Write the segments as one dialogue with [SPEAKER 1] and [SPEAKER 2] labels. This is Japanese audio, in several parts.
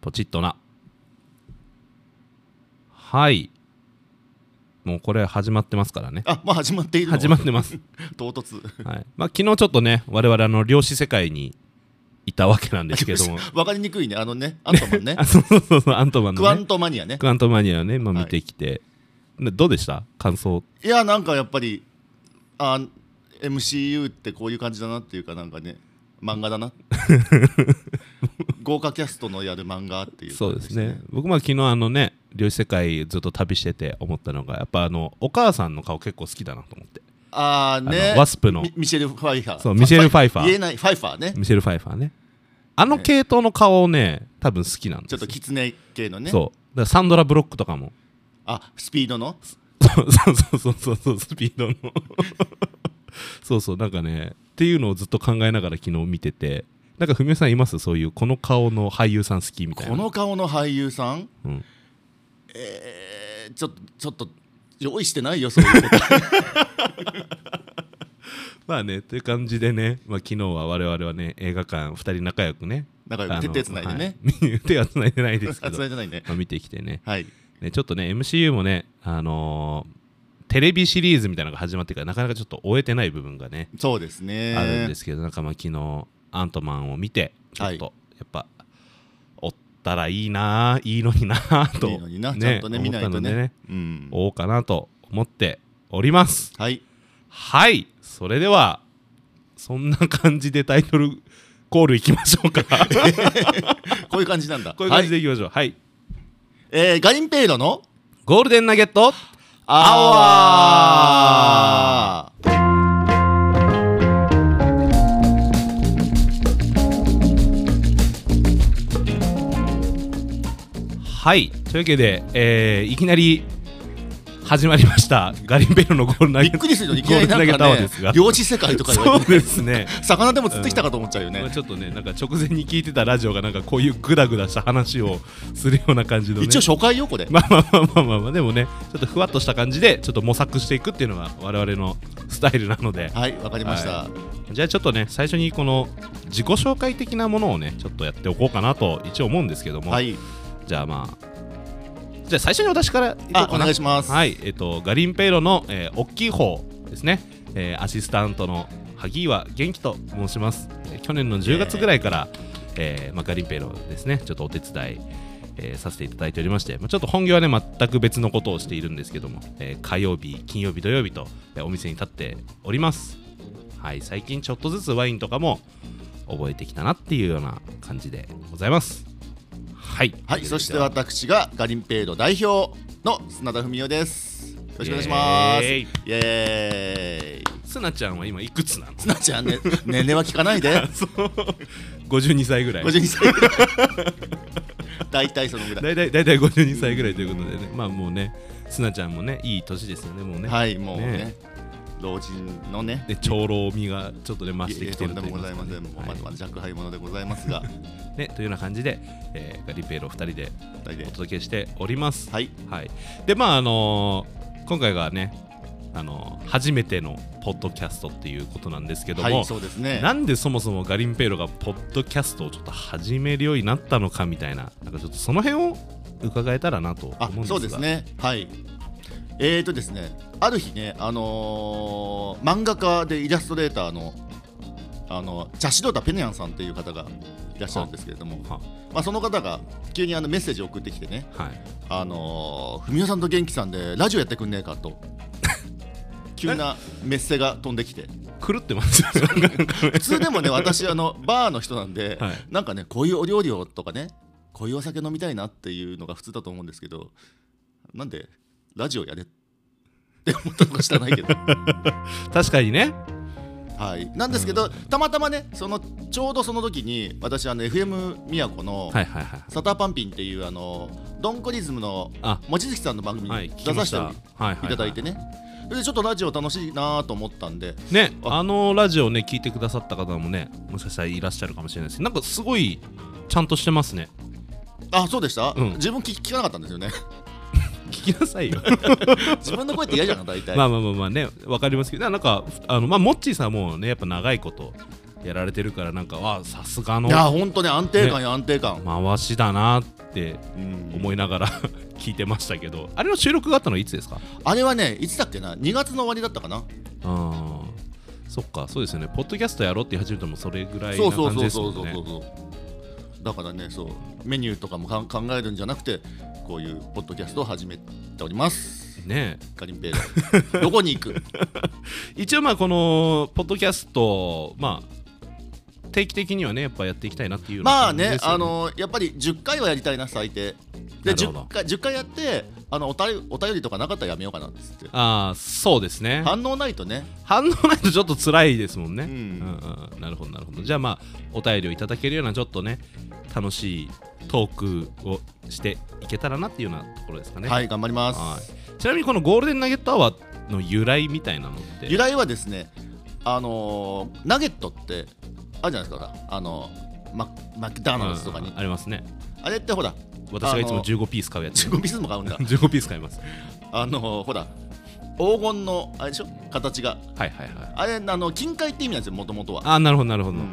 [SPEAKER 1] ポチッとな。はい。もうこれ始まってますからね。
[SPEAKER 2] あ、もう始まっているの
[SPEAKER 1] 始まって ます。
[SPEAKER 2] 唐突。
[SPEAKER 1] はい。まあ昨日ちょっとね、我々あの漁師世界にいたわけなんですけども。
[SPEAKER 2] わかりにくいね、あのね、アントマンね
[SPEAKER 1] あ、。そうそうそうそう、アントマンの、
[SPEAKER 2] ク
[SPEAKER 1] ね。
[SPEAKER 2] ワントマニアね。
[SPEAKER 1] クワントマニアをね、まあ、
[SPEAKER 2] はい
[SPEAKER 1] 見てきて、などうでした感想
[SPEAKER 2] いや、なんかやっぱり、あ MCU ってこういう感じだなっていうか、なんかね、漫画 だな。豪華キャストのやる漫画っていう、
[SPEAKER 1] そうですね。僕も昨日あのね漁師世界ずっと旅してて思ったのがやっぱあのお母さんの顔結構好きだなと思って
[SPEAKER 2] あー
[SPEAKER 1] あ
[SPEAKER 2] ね。
[SPEAKER 1] のワスプの
[SPEAKER 2] ミミシェル・ファイファー。
[SPEAKER 1] そうミシェルファイファー
[SPEAKER 2] あ言えない、ファイファーね。
[SPEAKER 1] ミシェル・ファイファーねあの系統の顔をね多分好きなんです
[SPEAKER 2] ちょ
[SPEAKER 1] よ
[SPEAKER 2] っとキツネ系のね。
[SPEAKER 1] そうだからサンドラ・ブロックとかも
[SPEAKER 2] あ、スピードの。
[SPEAKER 1] そうそうそうそうそうスピードの そうそうなんかねっていうのをずっと考えながら昨日見ててなんか文雄さんいますそういうこの顔の俳優さん好きみたいな
[SPEAKER 2] この顔の俳優さん、
[SPEAKER 1] うん
[SPEAKER 2] えーちょっと、ちょっと、用意してないよ、そういうこと。
[SPEAKER 1] まあねという感じでね、まあ、昨日は我々はね映画館2人仲良くね
[SPEAKER 2] 仲良く
[SPEAKER 1] あの
[SPEAKER 2] 手手つないでね、
[SPEAKER 1] はい、 手はつないでないですけ
[SPEAKER 2] あ
[SPEAKER 1] ど、
[SPEAKER 2] つ
[SPEAKER 1] ま
[SPEAKER 2] ないじゃないね。
[SPEAKER 1] あ、見てきてね
[SPEAKER 2] はい。
[SPEAKER 1] ねちょっとね MCU もねあのーテレビシリーズみたいなのが始まってからなかなかちょっと終えてない部分がね、
[SPEAKER 2] そうですね。
[SPEAKER 1] あるんですけどなんかまあ昨日アントマンを見てちょっと、やっぱおったらいいなあいいのになあと
[SPEAKER 2] いいのにな、ちゃんとね、見ないと
[SPEAKER 1] 思ったので
[SPEAKER 2] ね。うん。
[SPEAKER 1] おうかなと思っております
[SPEAKER 2] はい。
[SPEAKER 1] はいそれではそんな感じでタイトルコールいきましょ うか
[SPEAKER 2] こういう感じなん だ。
[SPEAKER 1] こういう感じ
[SPEAKER 2] はい
[SPEAKER 1] でいきましょうはい、
[SPEAKER 2] えーガリンペイロの、
[SPEAKER 1] ゴールデンナゲット
[SPEAKER 2] あわ
[SPEAKER 1] はいというわけで、えーいきなり始まりましたガリンベロのゴールナ
[SPEAKER 2] び
[SPEAKER 1] ゲッ
[SPEAKER 2] っ
[SPEAKER 1] ト
[SPEAKER 2] くりするよ、いき
[SPEAKER 1] ゴー
[SPEAKER 2] なり
[SPEAKER 1] ルナゲ
[SPEAKER 2] な
[SPEAKER 1] ッ
[SPEAKER 2] ん
[SPEAKER 1] トアワー
[SPEAKER 2] かね
[SPEAKER 1] ですが、
[SPEAKER 2] 領地世界とか言わ
[SPEAKER 1] そ
[SPEAKER 2] れ
[SPEAKER 1] う
[SPEAKER 2] てね
[SPEAKER 1] ですね
[SPEAKER 2] 魚でも釣ってきたかと思っちゃうよ
[SPEAKER 1] まあ
[SPEAKER 2] ね。
[SPEAKER 1] ちょっとねなんか直前に聞いてたラジオがなんかこういうグダグダした話をするような感じの、ね、
[SPEAKER 2] 一応初回よ、これ。
[SPEAKER 1] まあまあまあまあまあまあでもねちょっとふわっとした感じでちょっと模索していくっていうのが我々のスタイルなので
[SPEAKER 2] はい、わかりました。
[SPEAKER 1] じゃあちょっとね最初にこの自己紹介的なものをねちょっとやっておこうかなと一応思うんですけども、
[SPEAKER 2] はい。
[SPEAKER 1] じゃあまあじゃあ最初に私からいこうか
[SPEAKER 2] あ
[SPEAKER 1] な、
[SPEAKER 2] お願いします。
[SPEAKER 1] はい、えっと、ガリンペイロの、えー大きい方ですね、えーアシスタントの萩岩元気と申します、えー去年の10月ぐらいから、えーまあ、ガリンペイロですね、ちょっとお手伝い、えーさせていただいておりまして、まあ、ちょっと本業はね、全く別のことをしているんですけども、えー火曜日、金曜日、土曜日と、えーお店に立っております。はい、最近ちょっとずつワインとかも覚えてきたなっていうような感じでございます。はい、
[SPEAKER 2] はい、そして私がガリンペイロ代表の砂田文夫です。よろしくお願いします。
[SPEAKER 1] イエーイ
[SPEAKER 2] イエーイ。
[SPEAKER 1] すなちゃんは今いくつなの
[SPEAKER 2] 砂ちゃん ね、年齢は聞かないで。
[SPEAKER 1] そう52歳ぐらい
[SPEAKER 2] 52歳。大体そのぐらい。
[SPEAKER 1] 大体大体52歳ぐらいということでねまあもうねすなちゃんもねいい年ですよねもうね、
[SPEAKER 2] はい、もうね、
[SPEAKER 1] ね
[SPEAKER 2] 老人のね。
[SPEAKER 1] で長老味がちょっとね増してきて
[SPEAKER 2] と
[SPEAKER 1] る
[SPEAKER 2] んで
[SPEAKER 1] とい
[SPEAKER 2] も
[SPEAKER 1] い
[SPEAKER 2] ご
[SPEAKER 1] ま
[SPEAKER 2] ざ
[SPEAKER 1] す
[SPEAKER 2] い
[SPEAKER 1] か
[SPEAKER 2] ま
[SPEAKER 1] ね
[SPEAKER 2] せん。もう
[SPEAKER 1] は
[SPEAKER 2] まだまだ若輩者でございます が、
[SPEAKER 1] いねというような感じで、えー、ガリペイロ2人で
[SPEAKER 2] 大
[SPEAKER 1] お
[SPEAKER 2] 体。
[SPEAKER 1] 届けしております
[SPEAKER 2] はい、
[SPEAKER 1] はい、でまああのー今回がねあのー初めてのポッドキャストっていうことなんですけども、
[SPEAKER 2] はい、そうですね。
[SPEAKER 1] なんでそもそもガリンペイロがポッドキャストをちょっと始めるようになったのかみたいななんかちょっとその辺を伺えたらなと思うん
[SPEAKER 2] あ
[SPEAKER 1] ですが、
[SPEAKER 2] そうですね。はい。えーとですね、ある日ね、あのー漫画家でイラストレーターの。あの、ジャシドタペニャンさんっていう方がいらっしゃるんですけれども、
[SPEAKER 1] は
[SPEAKER 2] まあ、その方が急にあのメッセージを送ってきてね。
[SPEAKER 1] はい
[SPEAKER 2] あのー、文雄さんと元気さんでラジオやってくんねえ かと急なメッセが飛んで きて
[SPEAKER 1] 狂ってます よ
[SPEAKER 2] 普通でもね私あのバーの人なんで、
[SPEAKER 1] はい
[SPEAKER 2] なんかねこういうお料理をとかねこういうお酒飲みたいなっていうのが普通だと思うんですけどなんでラジオやれって思ったのか知らない けど
[SPEAKER 1] 確かにね
[SPEAKER 2] はいなんですけど、たまたまねそのちょうどその時に私あの FM 宮古の、
[SPEAKER 1] はいはいはい
[SPEAKER 2] サターパンピンっていうあのドンコリズムの
[SPEAKER 1] あ
[SPEAKER 2] 望月さんの番組
[SPEAKER 1] は
[SPEAKER 2] に
[SPEAKER 1] い聞
[SPEAKER 2] 出
[SPEAKER 1] きま
[SPEAKER 2] さ
[SPEAKER 1] し
[SPEAKER 2] せて
[SPEAKER 1] たはいはい
[SPEAKER 2] いただいてね、でちょっとラジオ楽しいなと思ったんで
[SPEAKER 1] ね
[SPEAKER 2] あ
[SPEAKER 1] あのラジオね聞いてくださった方もねもしかしたらいらっしゃるかもしれないですけどなんかすごいちゃんとしてますね
[SPEAKER 2] あそうでした、
[SPEAKER 1] うん
[SPEAKER 2] 自分聞聞かなかったんです よね
[SPEAKER 1] 聞きなさい よ
[SPEAKER 2] 自分の声って嫌じゃん大体、
[SPEAKER 1] まあまあまあまあねわかりますけどなんかあのまあモッチーさんはもうねやっぱ長いことやられてるからなんかわあさすがの
[SPEAKER 2] いや本当ね安定感や安定感、
[SPEAKER 1] 回しだなって
[SPEAKER 2] うん
[SPEAKER 1] 思いながら聞いてましたけどあれの収録があったのいつですか
[SPEAKER 2] あれはねいつだっけな2月の終わりだったかな
[SPEAKER 1] あーそっかそうですよねポッドキャストやろうって言い始めたのもそれぐらい
[SPEAKER 2] そ
[SPEAKER 1] な
[SPEAKER 2] うそう
[SPEAKER 1] 感じ
[SPEAKER 2] そ
[SPEAKER 1] で
[SPEAKER 2] う
[SPEAKER 1] す
[SPEAKER 2] そ
[SPEAKER 1] も
[SPEAKER 2] うんそう
[SPEAKER 1] ね
[SPEAKER 2] そうそうだからねそうメニューとかもかん考えるんじゃなくてこういうポッドキャストを始めております
[SPEAKER 1] ね
[SPEAKER 2] カリンペイ がどこに行く
[SPEAKER 1] え一応まあこのポッドキャストまあ定期的にはねやっぱやっていきたいなっていうような
[SPEAKER 2] まあ
[SPEAKER 1] 感じ
[SPEAKER 2] ね
[SPEAKER 1] ですよ
[SPEAKER 2] あのやっぱり10回はやりたいな最低
[SPEAKER 1] な
[SPEAKER 2] で
[SPEAKER 1] るほど
[SPEAKER 2] 10回 ,10 回やってあのおたりお便りとかなかったらやめようかなっつって
[SPEAKER 1] あーそうですね
[SPEAKER 2] 反応ないとね
[SPEAKER 1] 反応ないとちょっと辛いですもんね、
[SPEAKER 2] うん
[SPEAKER 1] うんうんなるほどなるほどじゃあまあお便りをいただけるようなちょっとね楽しいトークをしていけたらなっていうようなところですかね、
[SPEAKER 2] はい頑張ります、
[SPEAKER 1] はいちなみにこのゴールデンナゲットアワーの由来みたいなのって
[SPEAKER 2] 由来はですねあのーナゲットってあるじゃないですかあのママクダーナルズとかに、
[SPEAKER 1] うんありますね
[SPEAKER 2] あれってほら
[SPEAKER 1] 私がいつも
[SPEAKER 2] あの
[SPEAKER 1] 15ピース買うやつ
[SPEAKER 2] 自己ミスも買うんだ
[SPEAKER 1] 15ピース買います
[SPEAKER 2] あのーほら黄金のあれでしょ形が
[SPEAKER 1] はいはいはい
[SPEAKER 2] あれあの金塊って意味なんですよもともとは、
[SPEAKER 1] あーなるほどなるほ
[SPEAKER 2] う
[SPEAKER 1] ど、
[SPEAKER 2] ん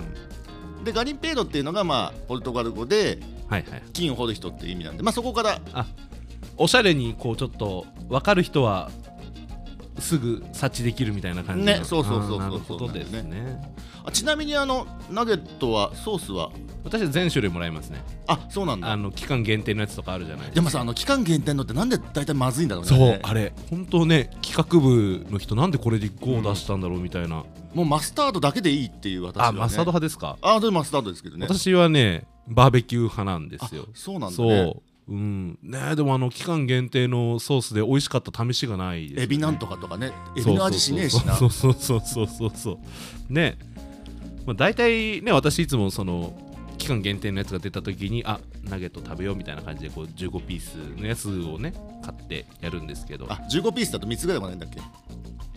[SPEAKER 2] でガリンペイロっていうのがまあポルトガル語で
[SPEAKER 1] はいはい
[SPEAKER 2] 金を掘る人っていう意味なんでまあそこから
[SPEAKER 1] あおしゃれにこうちょっと分かる人はすぐ察知できるみたいな感じの
[SPEAKER 2] ねそうそうそうそ
[SPEAKER 1] あー
[SPEAKER 2] う
[SPEAKER 1] なるほどですね
[SPEAKER 2] あちなみにあのナゲットはソースは
[SPEAKER 1] 私は全種類もらいますね
[SPEAKER 2] あそうなん
[SPEAKER 1] あ
[SPEAKER 2] だ
[SPEAKER 1] の期間限定のやつとかあるじゃない
[SPEAKER 2] でもさあの期間限定のってなんで大体まずいんだろうね
[SPEAKER 1] そう
[SPEAKER 2] ね
[SPEAKER 1] あれ本当ね企画部の人なんでこれで5を出したんだろうみたいな、
[SPEAKER 2] もうマスタードだけでいいっていう私は、ね、
[SPEAKER 1] あマスタード派ですか、
[SPEAKER 2] あでもマスタードですけどね
[SPEAKER 1] 私はねバーベキュー派なんで
[SPEAKER 2] あ
[SPEAKER 1] すよ
[SPEAKER 2] そうなんだ
[SPEAKER 1] そ
[SPEAKER 2] ね
[SPEAKER 1] ううんねでもあの期間限定のソースで美味しかった試しがないです
[SPEAKER 2] エビなんとかとかねエビの味しねえしな
[SPEAKER 1] そうそうそうそうそうそうそうねまあ大体ね私いつもその期間限定のやつが出た時にあナゲット食べようみたいな感じでこう15ピースのやつをね買ってやるんですけど
[SPEAKER 2] あ15ピースだと3つぐらいもないんだっけ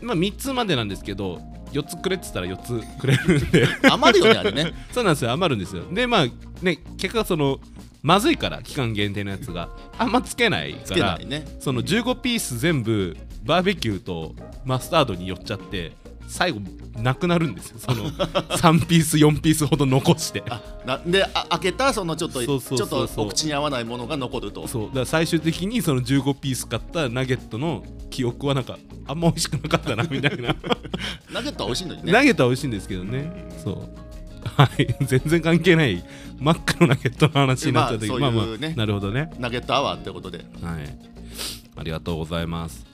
[SPEAKER 1] まあ3つまでなんですけど4つくれって言ったら4つくれるんで
[SPEAKER 2] 余るよねあれね
[SPEAKER 1] そうなんですよ余るんですよでまあね結果そのまずいから期間限定のやつがあんまつけない
[SPEAKER 2] つ
[SPEAKER 1] か
[SPEAKER 2] け
[SPEAKER 1] ら
[SPEAKER 2] ないね
[SPEAKER 1] その15ピース全部バーベキューとマスタードに寄っちゃって最後なくなるんですよそ の3ピース4ピースほど残して
[SPEAKER 2] あなであ開けたそのちょっと
[SPEAKER 1] そうそうそうそう
[SPEAKER 2] ちょっとお口に合わないものが残ると
[SPEAKER 1] そうだから最終的にその15ピース買ったナゲットの記憶はなんかあんま美味しくなかったなみた いな
[SPEAKER 2] ナゲットは美味しいのにね
[SPEAKER 1] ナゲットは美味しいんですけどねそうはい全然関係ない真っ赤のナゲットの話になっちゃった時
[SPEAKER 2] ま
[SPEAKER 1] まあ
[SPEAKER 2] あ
[SPEAKER 1] ま
[SPEAKER 2] そういう
[SPEAKER 1] あ
[SPEAKER 2] ね
[SPEAKER 1] なるほどね
[SPEAKER 2] ナゲットアワーってことで
[SPEAKER 1] はい。ありがとうございます。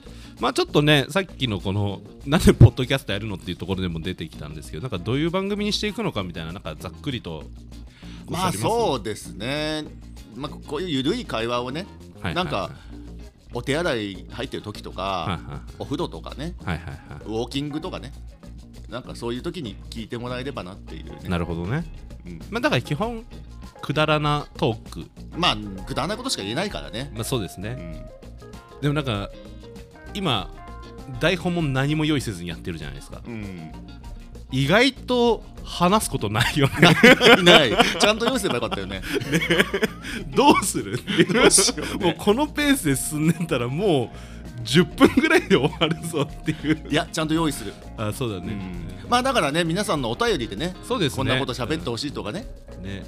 [SPEAKER 1] まあちょっとね、さっきのこの、なんでポッドキャストやるのっていうところでも出てきたんですけど、なんかどういう番組にしていくのかみたいな、なんかざっくりとご
[SPEAKER 2] ま
[SPEAKER 1] 紹介
[SPEAKER 2] あ
[SPEAKER 1] りす。
[SPEAKER 2] そうですねまあここういうゆるい会話をね
[SPEAKER 1] はいはいはい
[SPEAKER 2] なんかお手洗い入ってる時と
[SPEAKER 1] はい
[SPEAKER 2] か
[SPEAKER 1] は
[SPEAKER 2] お風呂とかね
[SPEAKER 1] いはいはいは
[SPEAKER 2] ウォーキングとかねなんかそういう時に聞いてもらえればなっていう
[SPEAKER 1] い。
[SPEAKER 2] ね
[SPEAKER 1] なるほどね。
[SPEAKER 2] うん
[SPEAKER 1] まあだから基本、くだらなトーク。
[SPEAKER 2] まあくだらないことしか言えないからね、
[SPEAKER 1] まあそうです
[SPEAKER 2] う
[SPEAKER 1] ね。
[SPEAKER 2] ん
[SPEAKER 1] でもなんか、今、台本も何も用意せずにやってるじゃないですか。
[SPEAKER 2] うん、
[SPEAKER 1] 意外と話すことないよね。
[SPEAKER 2] ないないちゃんと用意すればよかったよね
[SPEAKER 1] どうする
[SPEAKER 2] どうしようね
[SPEAKER 1] もうこのペースで進んでたらもう10分ぐらいで終わるぞっていう
[SPEAKER 2] いやちゃんと用意する、
[SPEAKER 1] あそうだね、
[SPEAKER 2] まあだからね皆さんのお便りでね
[SPEAKER 1] そうですね
[SPEAKER 2] こんなこと喋ってほしいとかね、
[SPEAKER 1] うんね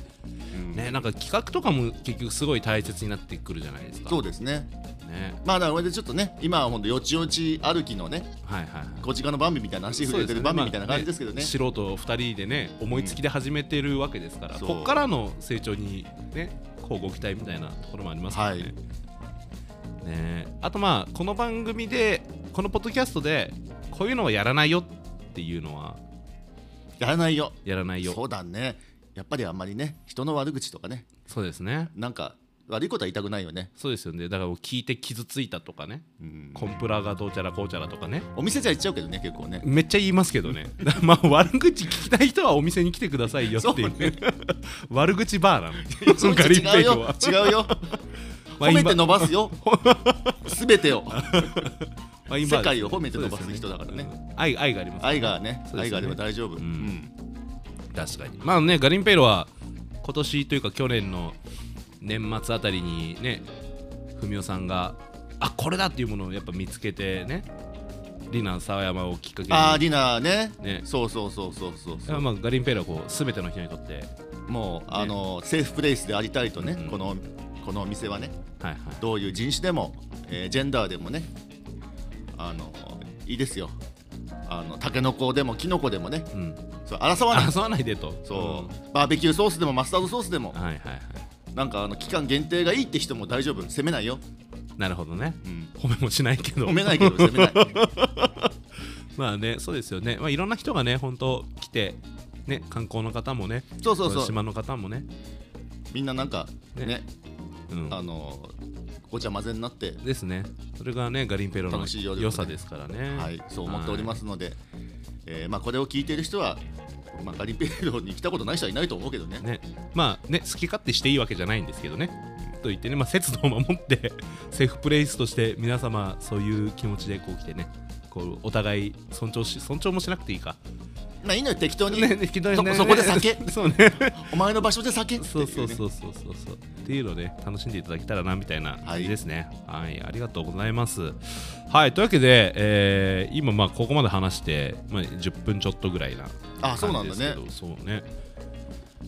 [SPEAKER 2] うん
[SPEAKER 1] ねなんか企画とかも結局すごい大切になってくるじゃないですか
[SPEAKER 2] そうですね
[SPEAKER 1] ね
[SPEAKER 2] まあだからこれでちょっとね今はほんとよちよち歩きのね
[SPEAKER 1] はいはいはい
[SPEAKER 2] こちらのバンビみたいな足
[SPEAKER 1] そ
[SPEAKER 2] 触
[SPEAKER 1] う
[SPEAKER 2] れ
[SPEAKER 1] です
[SPEAKER 2] て
[SPEAKER 1] ね
[SPEAKER 2] るバンビみたいな感じですけど
[SPEAKER 1] ま
[SPEAKER 2] ね
[SPEAKER 1] あ素人2人でね思いつきで始めてるわけですから、
[SPEAKER 2] そう
[SPEAKER 1] こっからの成長にねこうご期待みたいなところもありますからね,、
[SPEAKER 2] はい
[SPEAKER 1] ねあとまあこの番組でこのポッドキャストでこういうのはやらないよっていうのは
[SPEAKER 2] やらないよ
[SPEAKER 1] やらないよ
[SPEAKER 2] そうだねやっぱりあんまりね人の悪口とかね
[SPEAKER 1] そうですね
[SPEAKER 2] なんか悪いことは言いたくないよね、
[SPEAKER 1] そうですよねだから聞いて傷ついたとかね
[SPEAKER 2] うん
[SPEAKER 1] コンプラがどうちゃらこうちゃらとかね
[SPEAKER 2] お店じゃ言っちゃうけどね結構ね
[SPEAKER 1] めっちゃ言いますけどね まあ悪口聞きたい人はお店に来てくださいよっていう
[SPEAKER 2] そうね
[SPEAKER 1] 悪口バーなの
[SPEAKER 2] そ れ
[SPEAKER 1] ガリン
[SPEAKER 2] 違
[SPEAKER 1] ペ
[SPEAKER 2] う
[SPEAKER 1] イ
[SPEAKER 2] よ
[SPEAKER 1] は
[SPEAKER 2] 違 うよ
[SPEAKER 1] ワイ
[SPEAKER 2] 褒
[SPEAKER 1] ンバ
[SPEAKER 2] めて伸ば すよすべてを
[SPEAKER 1] ワインバーです
[SPEAKER 2] 世界を褒めて伸ばす人だからね
[SPEAKER 1] そうですようん愛愛があります
[SPEAKER 2] 愛が
[SPEAKER 1] そう
[SPEAKER 2] ね
[SPEAKER 1] ですね
[SPEAKER 2] 愛があれば大丈夫、
[SPEAKER 1] ん
[SPEAKER 2] うん
[SPEAKER 1] 確かにまあねガリンペイロは今年というか去年の年末あたりにね文雄さんがあこれだっていうものをやっぱ見つけてねリナ・沢山をきっかけに
[SPEAKER 2] あーディナーね
[SPEAKER 1] ね
[SPEAKER 2] そうそうそうそうそう
[SPEAKER 1] いやまあ、ガリンペールはこう全ての人にとって、はい
[SPEAKER 2] もう、あのセーフプレイスでありたいとね、
[SPEAKER 1] うん
[SPEAKER 2] このこのお店はね
[SPEAKER 1] はい、
[SPEAKER 2] どういう人種でも、えージェンダーでもねあのいいですよあのタケノコでもキノコでもね
[SPEAKER 1] うん、
[SPEAKER 2] そう争わない
[SPEAKER 1] 争わないでと
[SPEAKER 2] そう、バーベキューソースでもマスタードソースでも
[SPEAKER 1] うん、はいはいはい
[SPEAKER 2] なんかあの期間限定がいいって人も大丈夫責めないよ、
[SPEAKER 1] なるほどね
[SPEAKER 2] うん、
[SPEAKER 1] 褒めもしないけど
[SPEAKER 2] 褒めないけど 責めない
[SPEAKER 1] まあねそうですよね、まあ、いろんな人がね本当来てね観光の方もね
[SPEAKER 2] そうそうそう
[SPEAKER 1] 島の方もね、
[SPEAKER 2] みんななんかね
[SPEAKER 1] ねうん、
[SPEAKER 2] あのごちゃ混ぜになって、
[SPEAKER 1] ですねそれがねガリンペロの
[SPEAKER 2] 楽しい夜をね
[SPEAKER 1] 良さですからね
[SPEAKER 2] はい、そう思っておりますので、えーまあ、これを聞いている人は、まあ、ガリペーロに来たことない人はいないと思うけどね
[SPEAKER 1] ねまあね好き勝手していいわけじゃないんですけどねと言ってね、まあ、節度を守って セーフプレイスとして皆様そういう気持ちでこう来てねこうお互い尊重し尊重もしなくていいか、
[SPEAKER 2] まあいいのよ適当に、
[SPEAKER 1] ねねひどいね
[SPEAKER 2] そそこで酒
[SPEAKER 1] そうね
[SPEAKER 2] お前の場所で酒
[SPEAKER 1] そうそうそ
[SPEAKER 2] ってい
[SPEAKER 1] う
[SPEAKER 2] ね
[SPEAKER 1] うそうそうそうっていうので、楽しんでいただけたらなみたいな感じですねはい、ありがとうございますはいというわけで、えー今まあここまで話して、まあ、10分ちょっとぐらいな
[SPEAKER 2] あそうなんだね
[SPEAKER 1] 感じですけどそうね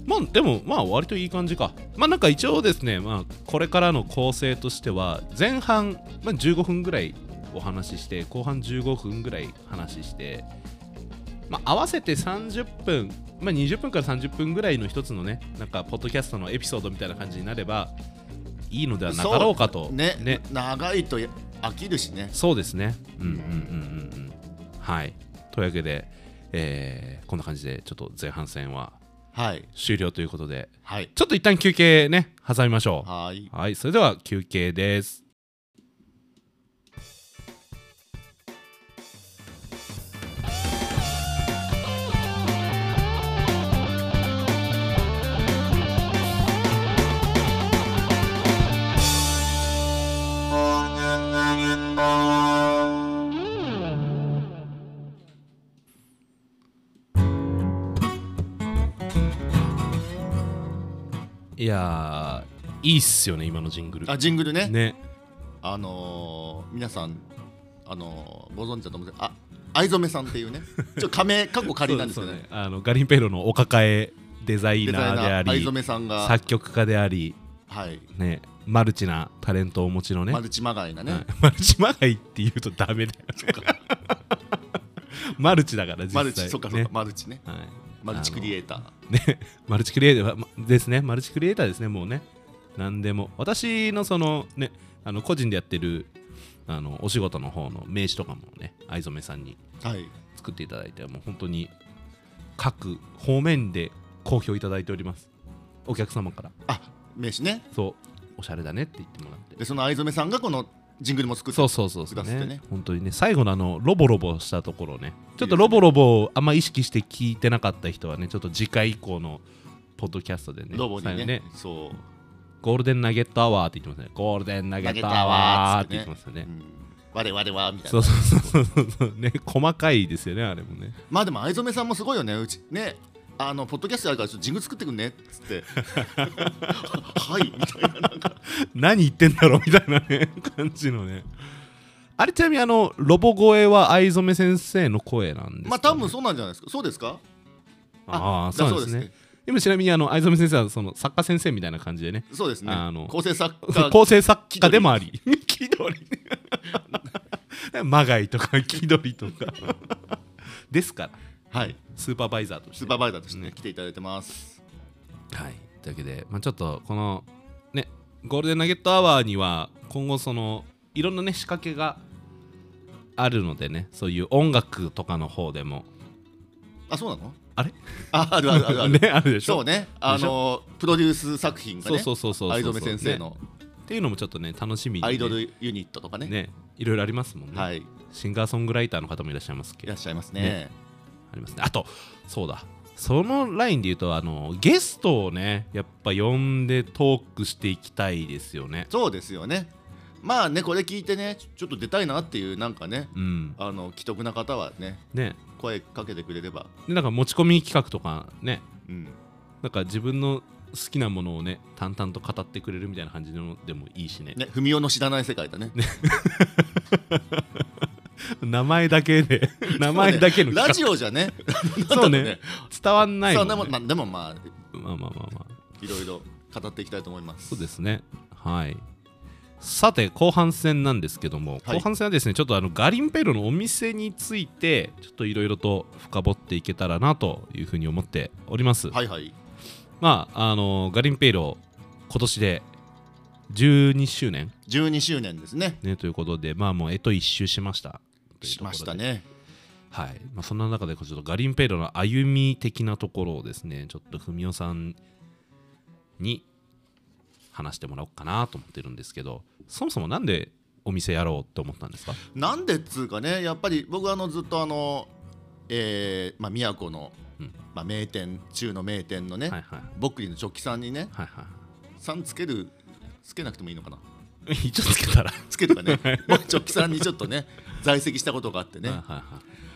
[SPEAKER 1] まあでもまあ割といい感じかまあなんか一応ですねまあこれからの構成としては前半、まあ、15分ぐらいお話しして後半15分ぐらい話してまあ合わせて30分まあ20分から30分ぐらいの一つのねなんかポッドキャストのエピソードみたいな感じになればいいのではなかろうかと
[SPEAKER 2] ね長いとや飽きるしね
[SPEAKER 1] そうですね。うんうんうんうんうん。はい。というわけで、えーこんな感じでちょっと前半戦は
[SPEAKER 2] はい
[SPEAKER 1] 終了ということで、
[SPEAKER 2] はい
[SPEAKER 1] ちょっと一旦休憩ね、挟みましょう。
[SPEAKER 2] はーい
[SPEAKER 1] はい、それでは休憩です。いやー、いいっすよね、今のジングル。
[SPEAKER 2] あジングルね
[SPEAKER 1] ね。
[SPEAKER 2] あのー、皆さんあのー、ご存知だと思うんですけどあ藍染さんっていうねちょっと仮名かっこ仮なんですけど
[SPEAKER 1] そう
[SPEAKER 2] ね
[SPEAKER 1] そうあのガリンペイロのお抱えデザイ
[SPEAKER 2] デザ
[SPEAKER 1] ナ
[SPEAKER 2] イ
[SPEAKER 1] ーで
[SPEAKER 2] ナ
[SPEAKER 1] あ
[SPEAKER 2] ー藍
[SPEAKER 1] り、
[SPEAKER 2] 染さんが、
[SPEAKER 1] 作曲家であり、
[SPEAKER 2] はい、
[SPEAKER 1] ね、マルチなタレントをお持ちのね。
[SPEAKER 2] マルチまがいなね、
[SPEAKER 1] はいマルチまがいって言うとダメだよ ね。マルチだから実際
[SPEAKER 2] マルチそっかそっ
[SPEAKER 1] ね
[SPEAKER 2] かマルチね
[SPEAKER 1] はい
[SPEAKER 2] マルチクリエイター
[SPEAKER 1] ね、マルチクリエイターまですね、マルチクリエイターですね、もうね、何でも、私のそのね、あの個人でやってるあのお仕事の方の名刺とかもね、藍染さんに
[SPEAKER 2] はい
[SPEAKER 1] 作っていただいて、もう本当に各方面で好評いただいております、お客様から、
[SPEAKER 2] あ名刺ね
[SPEAKER 1] そう、おしゃれだねって言ってもらって
[SPEAKER 2] で、その藍染さんがこのジングルも作って
[SPEAKER 1] そうそうそうそう、
[SPEAKER 2] くださってね
[SPEAKER 1] ね、本当にね、最後のあの、ロボロボしたところね、ちょっとロボロボをあんま意識して聞いてなかった人はね、ちょっと次回以降の。ポッドキャストでね
[SPEAKER 2] ロボに
[SPEAKER 1] 最後
[SPEAKER 2] ねそう
[SPEAKER 1] ゴールデンナゲットアワーって言ってますね。ゴールデンナゲットアワーって言ってますよ
[SPEAKER 2] う
[SPEAKER 1] ね。
[SPEAKER 2] ん我々はみたい
[SPEAKER 1] そ
[SPEAKER 2] な
[SPEAKER 1] うそうそうそうそうね細かいですよねあれもね。
[SPEAKER 2] まあでも藍染さんもすごいよねうちねあのポッドキャストやるからちょっとジングル作ってくんねっつって はいみたいななんか
[SPEAKER 1] 何言ってんだろうみたいなね感じのね。あれちなみにあのロボ声は藍染先生の声なんですか、
[SPEAKER 2] まあ多分そうなんじゃないですかそうですか
[SPEAKER 1] ああ
[SPEAKER 2] だ
[SPEAKER 1] そうなんです
[SPEAKER 2] そう
[SPEAKER 1] ね
[SPEAKER 2] で。
[SPEAKER 1] 今ちなみにあの藍染先生はその作家先生みたいな感じでね。
[SPEAKER 2] そうですね
[SPEAKER 1] あの
[SPEAKER 2] 構成作家
[SPEAKER 1] 構成作家でもあり。気取り。 まがいとか気取りとか。ですから
[SPEAKER 2] はい
[SPEAKER 1] スーパーバイザーとして
[SPEAKER 2] スー。パーバイザーとしてね
[SPEAKER 1] ね
[SPEAKER 2] 来ていただいてます
[SPEAKER 1] はい、というわけで、まあ、ちょっとこのねゴールデンナゲットアワーには今後そのいろんなね仕掛けがあるのでねそういう音楽とかの方でも
[SPEAKER 2] あそうなの
[SPEAKER 1] あれ
[SPEAKER 2] ああるあるあるある
[SPEAKER 1] ねあるでしょ
[SPEAKER 2] そうねあのプロデュース作品が
[SPEAKER 1] そう
[SPEAKER 2] ね
[SPEAKER 1] そうそうそう
[SPEAKER 2] 藍染先生
[SPEAKER 1] ね
[SPEAKER 2] の
[SPEAKER 1] っていうのもちょっとね楽しみにね
[SPEAKER 2] アイドルユニットとかね
[SPEAKER 1] ねいろいろありますもんね、
[SPEAKER 2] はいい
[SPEAKER 1] シンガーソングライターの方もいらっしゃいますけど
[SPEAKER 2] らっしゃいますね
[SPEAKER 1] ねありますねあとそうだそのラインで言うとあのゲストをねやっぱ呼んでトークしていきたいですよね
[SPEAKER 2] そうですよね。まあね、これ聞いてね、ちょちょっと出たいなっていう、なんかね、
[SPEAKER 1] うん
[SPEAKER 2] あの既得な方はね、
[SPEAKER 1] ね
[SPEAKER 2] 声かけてくれれば、
[SPEAKER 1] でなんか持ち込み企画とかね
[SPEAKER 2] うん、
[SPEAKER 1] なんか自分の好きなものをね淡々と語ってくれるみたいな感じのでもいいしね
[SPEAKER 2] ね、文雄の知らない世界だね。
[SPEAKER 1] 名前だけ で名前だけの
[SPEAKER 2] ラジ
[SPEAKER 1] オ
[SPEAKER 2] オじゃね
[SPEAKER 1] そうね伝わんない
[SPEAKER 2] そ
[SPEAKER 1] も
[SPEAKER 2] うん
[SPEAKER 1] ね
[SPEAKER 2] でもまあでもま
[SPEAKER 1] まあまあ
[SPEAKER 2] あ
[SPEAKER 1] まあまあ
[SPEAKER 2] いろいろ語っていきたいと思います
[SPEAKER 1] そうですねはいさて後半戦なんですけども、
[SPEAKER 2] はい
[SPEAKER 1] 後半戦はですねちょっとあのガリンペロのお店についてちょっといろいろと深掘っていけたらなというふうに思っております、
[SPEAKER 2] はいはい
[SPEAKER 1] まああのガリンペロ今年で12周年
[SPEAKER 2] 12周年ですね
[SPEAKER 1] ねということでまあもうえと一周しましたというと
[SPEAKER 2] し
[SPEAKER 1] ころ
[SPEAKER 2] ま
[SPEAKER 1] で
[SPEAKER 2] したね
[SPEAKER 1] はい、まあ、そんな中でこうちょっとガリンペイロの歩み的なところをですねちょっと文雄さんに話してもらおうかなと思ってるんですけどそもそもなんでお店やろうって思ったんですか
[SPEAKER 2] なんでっつうかねやっぱり僕あのずっとあのえー、まあ宮古の、
[SPEAKER 1] うん
[SPEAKER 2] まあ、名店中の名店のね、
[SPEAKER 1] はいはい
[SPEAKER 2] ぼっくりの直帰さんにね
[SPEAKER 1] はいは
[SPEAKER 2] さんつけるつけなくてもいいのかない
[SPEAKER 1] 一応つけたら
[SPEAKER 2] つけと かね僕直帰さんにちょっとね在籍したことがあってね
[SPEAKER 1] はいはいはい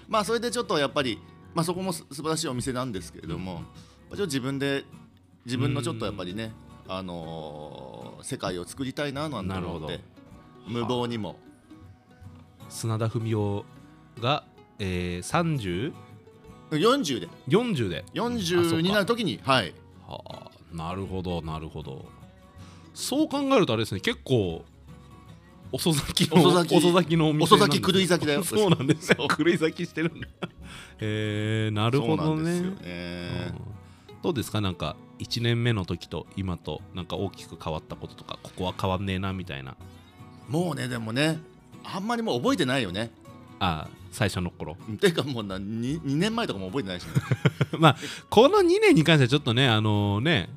[SPEAKER 2] まあそれでちょっとやっぱり、まあ、そこもす素晴らしいお店なんですけれども、まあちょっと自分で自分のちょっとやっぱりね、あのー世界を作りたいななんて思っ
[SPEAKER 1] なる
[SPEAKER 2] て無謀にも
[SPEAKER 1] 砂田文雄が、えー、
[SPEAKER 2] 40で
[SPEAKER 1] 3040で
[SPEAKER 2] 40になる時にはい
[SPEAKER 1] はあなるほどなるほどそう考えるとあれですね結構遅咲きの
[SPEAKER 2] 遅咲き
[SPEAKER 1] のお店
[SPEAKER 2] 遅
[SPEAKER 1] なん
[SPEAKER 2] 咲
[SPEAKER 1] ですね
[SPEAKER 2] き狂い咲きだよ
[SPEAKER 1] そうなんです よ
[SPEAKER 2] そう
[SPEAKER 1] 狂い咲きしてる んだえー、なるほど
[SPEAKER 2] そうなんですよ
[SPEAKER 1] ね
[SPEAKER 2] ね、
[SPEAKER 1] うんどうですかなんか1年目の時と今となんか大きく変わったこととかここは変わんねえなみたいな
[SPEAKER 2] もうねでもねあんまりもう覚えてないよね
[SPEAKER 1] あ最初の頃
[SPEAKER 2] ていうかもうな 2, 2年前とかも覚えてない し、ね、
[SPEAKER 1] まあこの2年に関してはちょっとねあのね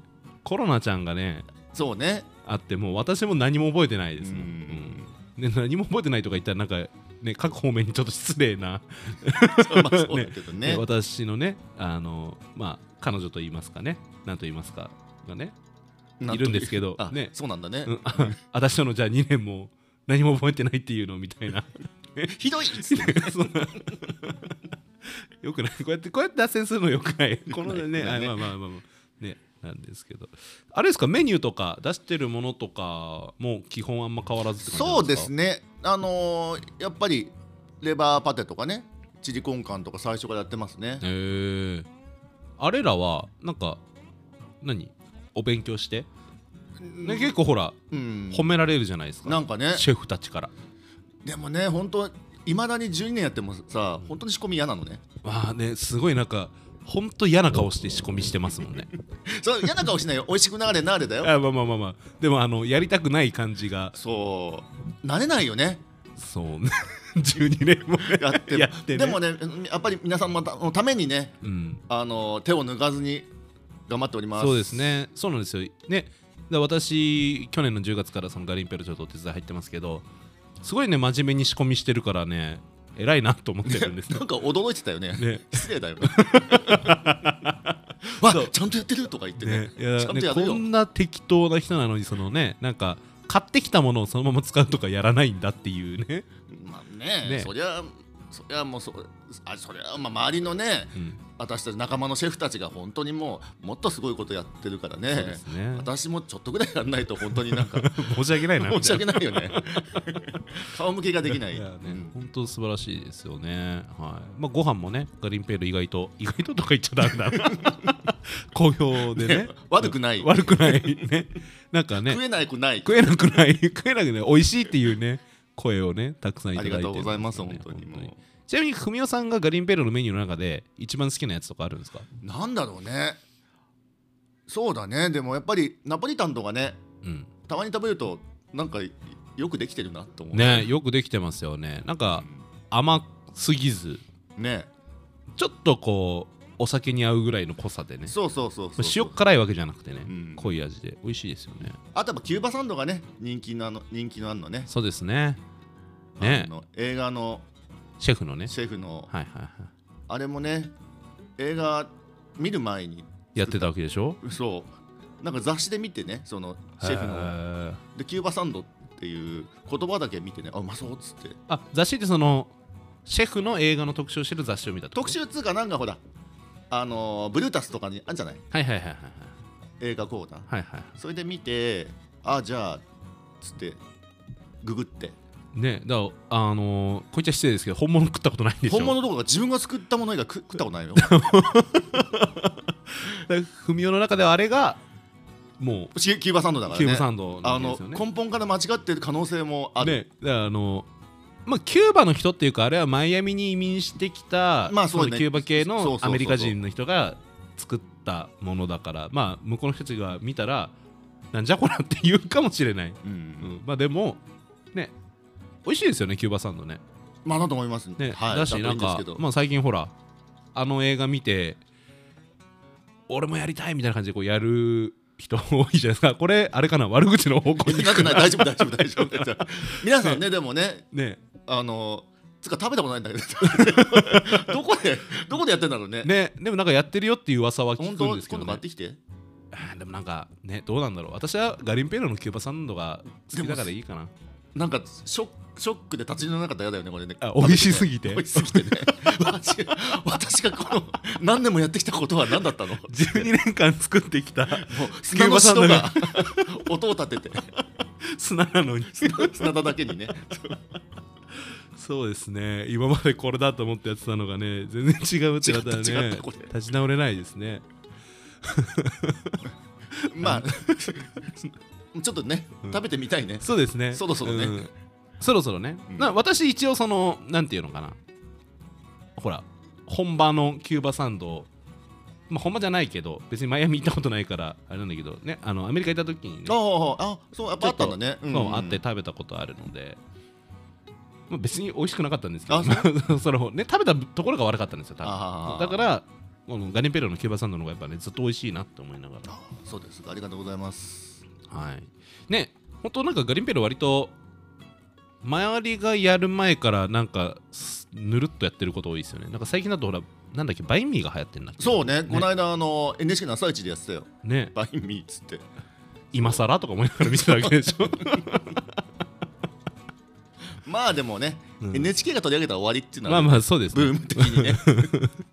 [SPEAKER 1] コロナちゃんがね
[SPEAKER 2] そう ね
[SPEAKER 1] あってもう私も何も覚えてないですもん、
[SPEAKER 2] うん
[SPEAKER 1] うんで何も覚えてないとか言ったらなんかね各方面にちょっと失礼な、
[SPEAKER 2] そうまあそうだけどね
[SPEAKER 1] ね私のねあのまあ彼女と言いますかね何と言いますかがね
[SPEAKER 2] なんと
[SPEAKER 1] いるんですけど
[SPEAKER 2] あ
[SPEAKER 1] ね
[SPEAKER 2] そうなんだね、
[SPEAKER 1] うん あ私とのじゃあ2年も何も覚えてないっていうのみたいな
[SPEAKER 2] ひどいっつって
[SPEAKER 1] そんなよくないこうやってこうやって脱線するのよく ないこのね
[SPEAKER 2] よくな
[SPEAKER 1] あ
[SPEAKER 2] いね
[SPEAKER 1] まあまあまあまあねなんですけどあれですかメニューとか出してるものとかも基本あんま変わらずって感じな
[SPEAKER 2] そ
[SPEAKER 1] ん
[SPEAKER 2] うで
[SPEAKER 1] ですか
[SPEAKER 2] すねあのーやっぱりレバーパテとかねチリコンカンとか最初からやってますね
[SPEAKER 1] へえあれらはなんか何お勉強して、ね、結構ほら
[SPEAKER 2] うん
[SPEAKER 1] 褒められるじゃないですか
[SPEAKER 2] なんかね
[SPEAKER 1] シェフたちから
[SPEAKER 2] でもね本当いまだに12年やってもさ本当に仕込み嫌な のね
[SPEAKER 1] まあねすごいなんかほんと嫌な顔して仕込みしてますもん ね
[SPEAKER 2] それ嫌な顔しないよ美味しくなれなれだよ
[SPEAKER 1] あまあまあまあまあでもあのやりたくない感じが
[SPEAKER 2] そう慣れないよね
[SPEAKER 1] そうね 12年もね
[SPEAKER 2] やっても
[SPEAKER 1] やってね
[SPEAKER 2] でもねやっぱり皆様のためにね
[SPEAKER 1] うん
[SPEAKER 2] あのー手を抜かずに頑張っております
[SPEAKER 1] そうですねそうなんですよねで私去年の10月からそのガリンペルちょっとお手伝い入ってますけどすごいね真面目に仕込みしてるからね偉いなと思ってるんですよ
[SPEAKER 2] なんか驚いてたよね
[SPEAKER 1] ね
[SPEAKER 2] 失礼 だよわちゃんとやってるとか言ってね
[SPEAKER 1] ね、いや
[SPEAKER 2] ちゃんと
[SPEAKER 1] ね
[SPEAKER 2] や
[SPEAKER 1] こ
[SPEAKER 2] るよ、
[SPEAKER 1] んな適当な人なのにそのねなんか買ってきたものをそのまま使うとかやらないんだっていうね、
[SPEAKER 2] まあね
[SPEAKER 1] ね
[SPEAKER 2] そりゃそりゃもうそあそりゃまあ周りのね
[SPEAKER 1] うん
[SPEAKER 2] 私たち仲間のシェフたちが本当にもうもっとすごいことやってるから
[SPEAKER 1] そう
[SPEAKER 2] ね
[SPEAKER 1] ですね
[SPEAKER 2] 私もちょっとぐらいやんないと本当になんか
[SPEAKER 1] 申し 訳ないなみたいな
[SPEAKER 2] 申し訳ないよね顔向けができない
[SPEAKER 1] いやね、
[SPEAKER 2] うん
[SPEAKER 1] 本当素晴らしいですよね。はい。まあご飯もね、ガリンペール意外と意外ととか言っちゃダメだな。 好評でね
[SPEAKER 2] ね。悪くない
[SPEAKER 1] 悪くないね。なんかね
[SPEAKER 2] 食、えないくない
[SPEAKER 1] 食えなくない食えなくない美味しいっていうね声をねたくさんいた
[SPEAKER 2] あ
[SPEAKER 1] だい
[SPEAKER 2] り
[SPEAKER 1] て
[SPEAKER 2] が
[SPEAKER 1] るん
[SPEAKER 2] と
[SPEAKER 1] で
[SPEAKER 2] うご
[SPEAKER 1] よね
[SPEAKER 2] ざいます本当にもう
[SPEAKER 1] ちなみに文雄さんがガリンペールのメニューの中で一番好きなやつとかあるんですか？
[SPEAKER 2] なんだろうねそうだねでもやっぱりナポリタンとかね
[SPEAKER 1] うん。
[SPEAKER 2] たまに食べるとなんかよくできてるなと思う
[SPEAKER 1] ね、よくできてますよね。なんか甘すぎず、
[SPEAKER 2] ね
[SPEAKER 1] ちょっとこうお酒に合うぐらいの濃さでね。
[SPEAKER 2] そうそうそうそう
[SPEAKER 1] 塩辛いわけじゃなくてね、
[SPEAKER 2] うん
[SPEAKER 1] 濃い味で美味しいですよね。
[SPEAKER 2] あとやっぱキューバサンドがね人気のあの人気のあんのね
[SPEAKER 1] そうですね。ね
[SPEAKER 2] あ、の映画の
[SPEAKER 1] シェフのね。
[SPEAKER 2] シェフの
[SPEAKER 1] はいはいはい。
[SPEAKER 2] あれもね映画見る前に
[SPEAKER 1] やってたわけでしょ
[SPEAKER 2] そうなんか雑誌で見てねそのシェフ
[SPEAKER 1] へ
[SPEAKER 2] の
[SPEAKER 1] ー
[SPEAKER 2] でキューバサンドっていう言葉だけ見てねあうまそうっつって
[SPEAKER 1] あ、雑誌ってその、シェフの映画の特集をしてる雑誌を見たってこと
[SPEAKER 2] 特集っつうかなんかほらあのーブルータスとかにあんじゃない
[SPEAKER 1] はいはいはいはい
[SPEAKER 2] 映画コーナー
[SPEAKER 1] はい。はいはい。
[SPEAKER 2] それで見てあじゃあつってググって
[SPEAKER 1] ねだからあのーこういっちゃ失礼ですけど本物食ったことないんでしょ
[SPEAKER 2] 本物どころか自分が作ったもの以外食食ったこと ないよ
[SPEAKER 1] だから文雄の中ではあれがも
[SPEAKER 2] キュキューバサンドだ
[SPEAKER 1] う
[SPEAKER 2] から
[SPEAKER 1] キュ
[SPEAKER 2] ね
[SPEAKER 1] ーブサンドな
[SPEAKER 2] あ
[SPEAKER 1] わけで
[SPEAKER 2] の
[SPEAKER 1] すよね
[SPEAKER 2] 根本から間違ってる可能性もある、
[SPEAKER 1] ねだからあのまあキューバの人っていうかあれはマイアミに移民してきた、
[SPEAKER 2] まあそう
[SPEAKER 1] そ
[SPEAKER 2] ね
[SPEAKER 1] のキューバ系
[SPEAKER 2] そうそ
[SPEAKER 1] の
[SPEAKER 2] うそうそう
[SPEAKER 1] アメリカ人の人が作ったものだからまあ向こうの人たちが見たらなんじゃこらって言うかもしれない、
[SPEAKER 2] うん
[SPEAKER 1] うん、まあでもね美味しいですよねキューバサンドね
[SPEAKER 2] まあなんと思いますね
[SPEAKER 1] ね、
[SPEAKER 2] はい、
[SPEAKER 1] だし
[SPEAKER 2] とい
[SPEAKER 1] ないん
[SPEAKER 2] です
[SPEAKER 1] か
[SPEAKER 2] けど
[SPEAKER 1] まあ、最近ほらあの映画見て俺もやりたいみたいな感じでこうやる人多いじゃないですかこれあれかな悪口の方向に
[SPEAKER 2] なくない大丈夫大丈夫大丈夫大丈夫皆さんねでもね
[SPEAKER 1] ね
[SPEAKER 2] あのつか食べたことないんだけ どどこでどこでやってんだろうね
[SPEAKER 1] ねでもなんかやってるよっていう噂は聞
[SPEAKER 2] 本
[SPEAKER 1] く
[SPEAKER 2] 当
[SPEAKER 1] んですけ
[SPEAKER 2] 今
[SPEAKER 1] ど、
[SPEAKER 2] 度買
[SPEAKER 1] ね
[SPEAKER 2] っ、てきて
[SPEAKER 1] あーでもなんかねどうなんだろう私はガリンペーロのキューバサンドが好きだからいいかな
[SPEAKER 2] なんかショックショックで立ち直らなかったら嫌だよねこれね
[SPEAKER 1] あ美味しすぎて
[SPEAKER 2] 美味しすぎてね 私が私がこの何年もやってきたことは何だったの
[SPEAKER 1] 12年間作ってきた
[SPEAKER 2] もう砂の人が音を立てて
[SPEAKER 1] 砂なのに
[SPEAKER 2] 砂田だけにね
[SPEAKER 1] そうですね今までこれだと思ってやってたのがね全然違うってなったら
[SPEAKER 2] 違った違っ
[SPEAKER 1] ね
[SPEAKER 2] たこれ
[SPEAKER 1] 立ち直れないですね
[SPEAKER 2] まあ ちょっとね
[SPEAKER 1] うん
[SPEAKER 2] 食べてみたいね
[SPEAKER 1] そうですね。
[SPEAKER 2] そろそろね
[SPEAKER 1] んそろそろね。
[SPEAKER 2] うん
[SPEAKER 1] な私一応そのなんていうのかな。ほら本場のキューバサンドを。まあ、本場じゃないけど別にマイアミ行ったことないからあれなんだけどねあのアメリカ行った時にね
[SPEAKER 2] あああそうやっぱあったんだね
[SPEAKER 1] そうあって
[SPEAKER 2] た
[SPEAKER 1] 食べたことあるので、まあ、別に美味しくなかったんですけ
[SPEAKER 2] あ
[SPEAKER 1] ど そのね食べたところが悪かったんですよ多分
[SPEAKER 2] あー
[SPEAKER 1] だからこのガリンペロのキューバサンドの方がやっぱねずっと美味しいなって思いながら
[SPEAKER 2] そうですありがとうございます
[SPEAKER 1] はい、ね本当なんかガリンペロ割と周りがやる前からなんかすぬるっとやってること多いですよねなんか最近だとほらなんだっけバインミーが流行ってんだっけ
[SPEAKER 2] そうねこの間あの NHK の朝一でやってたよ
[SPEAKER 1] ね
[SPEAKER 2] バインミーっつって
[SPEAKER 1] 今更とか思いながら見てたわけで しょ
[SPEAKER 2] まあでもね
[SPEAKER 1] うん
[SPEAKER 2] NHK が取り上げたら終わりっていうの
[SPEAKER 1] ま
[SPEAKER 2] は
[SPEAKER 1] あ
[SPEAKER 2] ね
[SPEAKER 1] まあそうです
[SPEAKER 2] ブ
[SPEAKER 1] ね
[SPEAKER 2] ーム的にね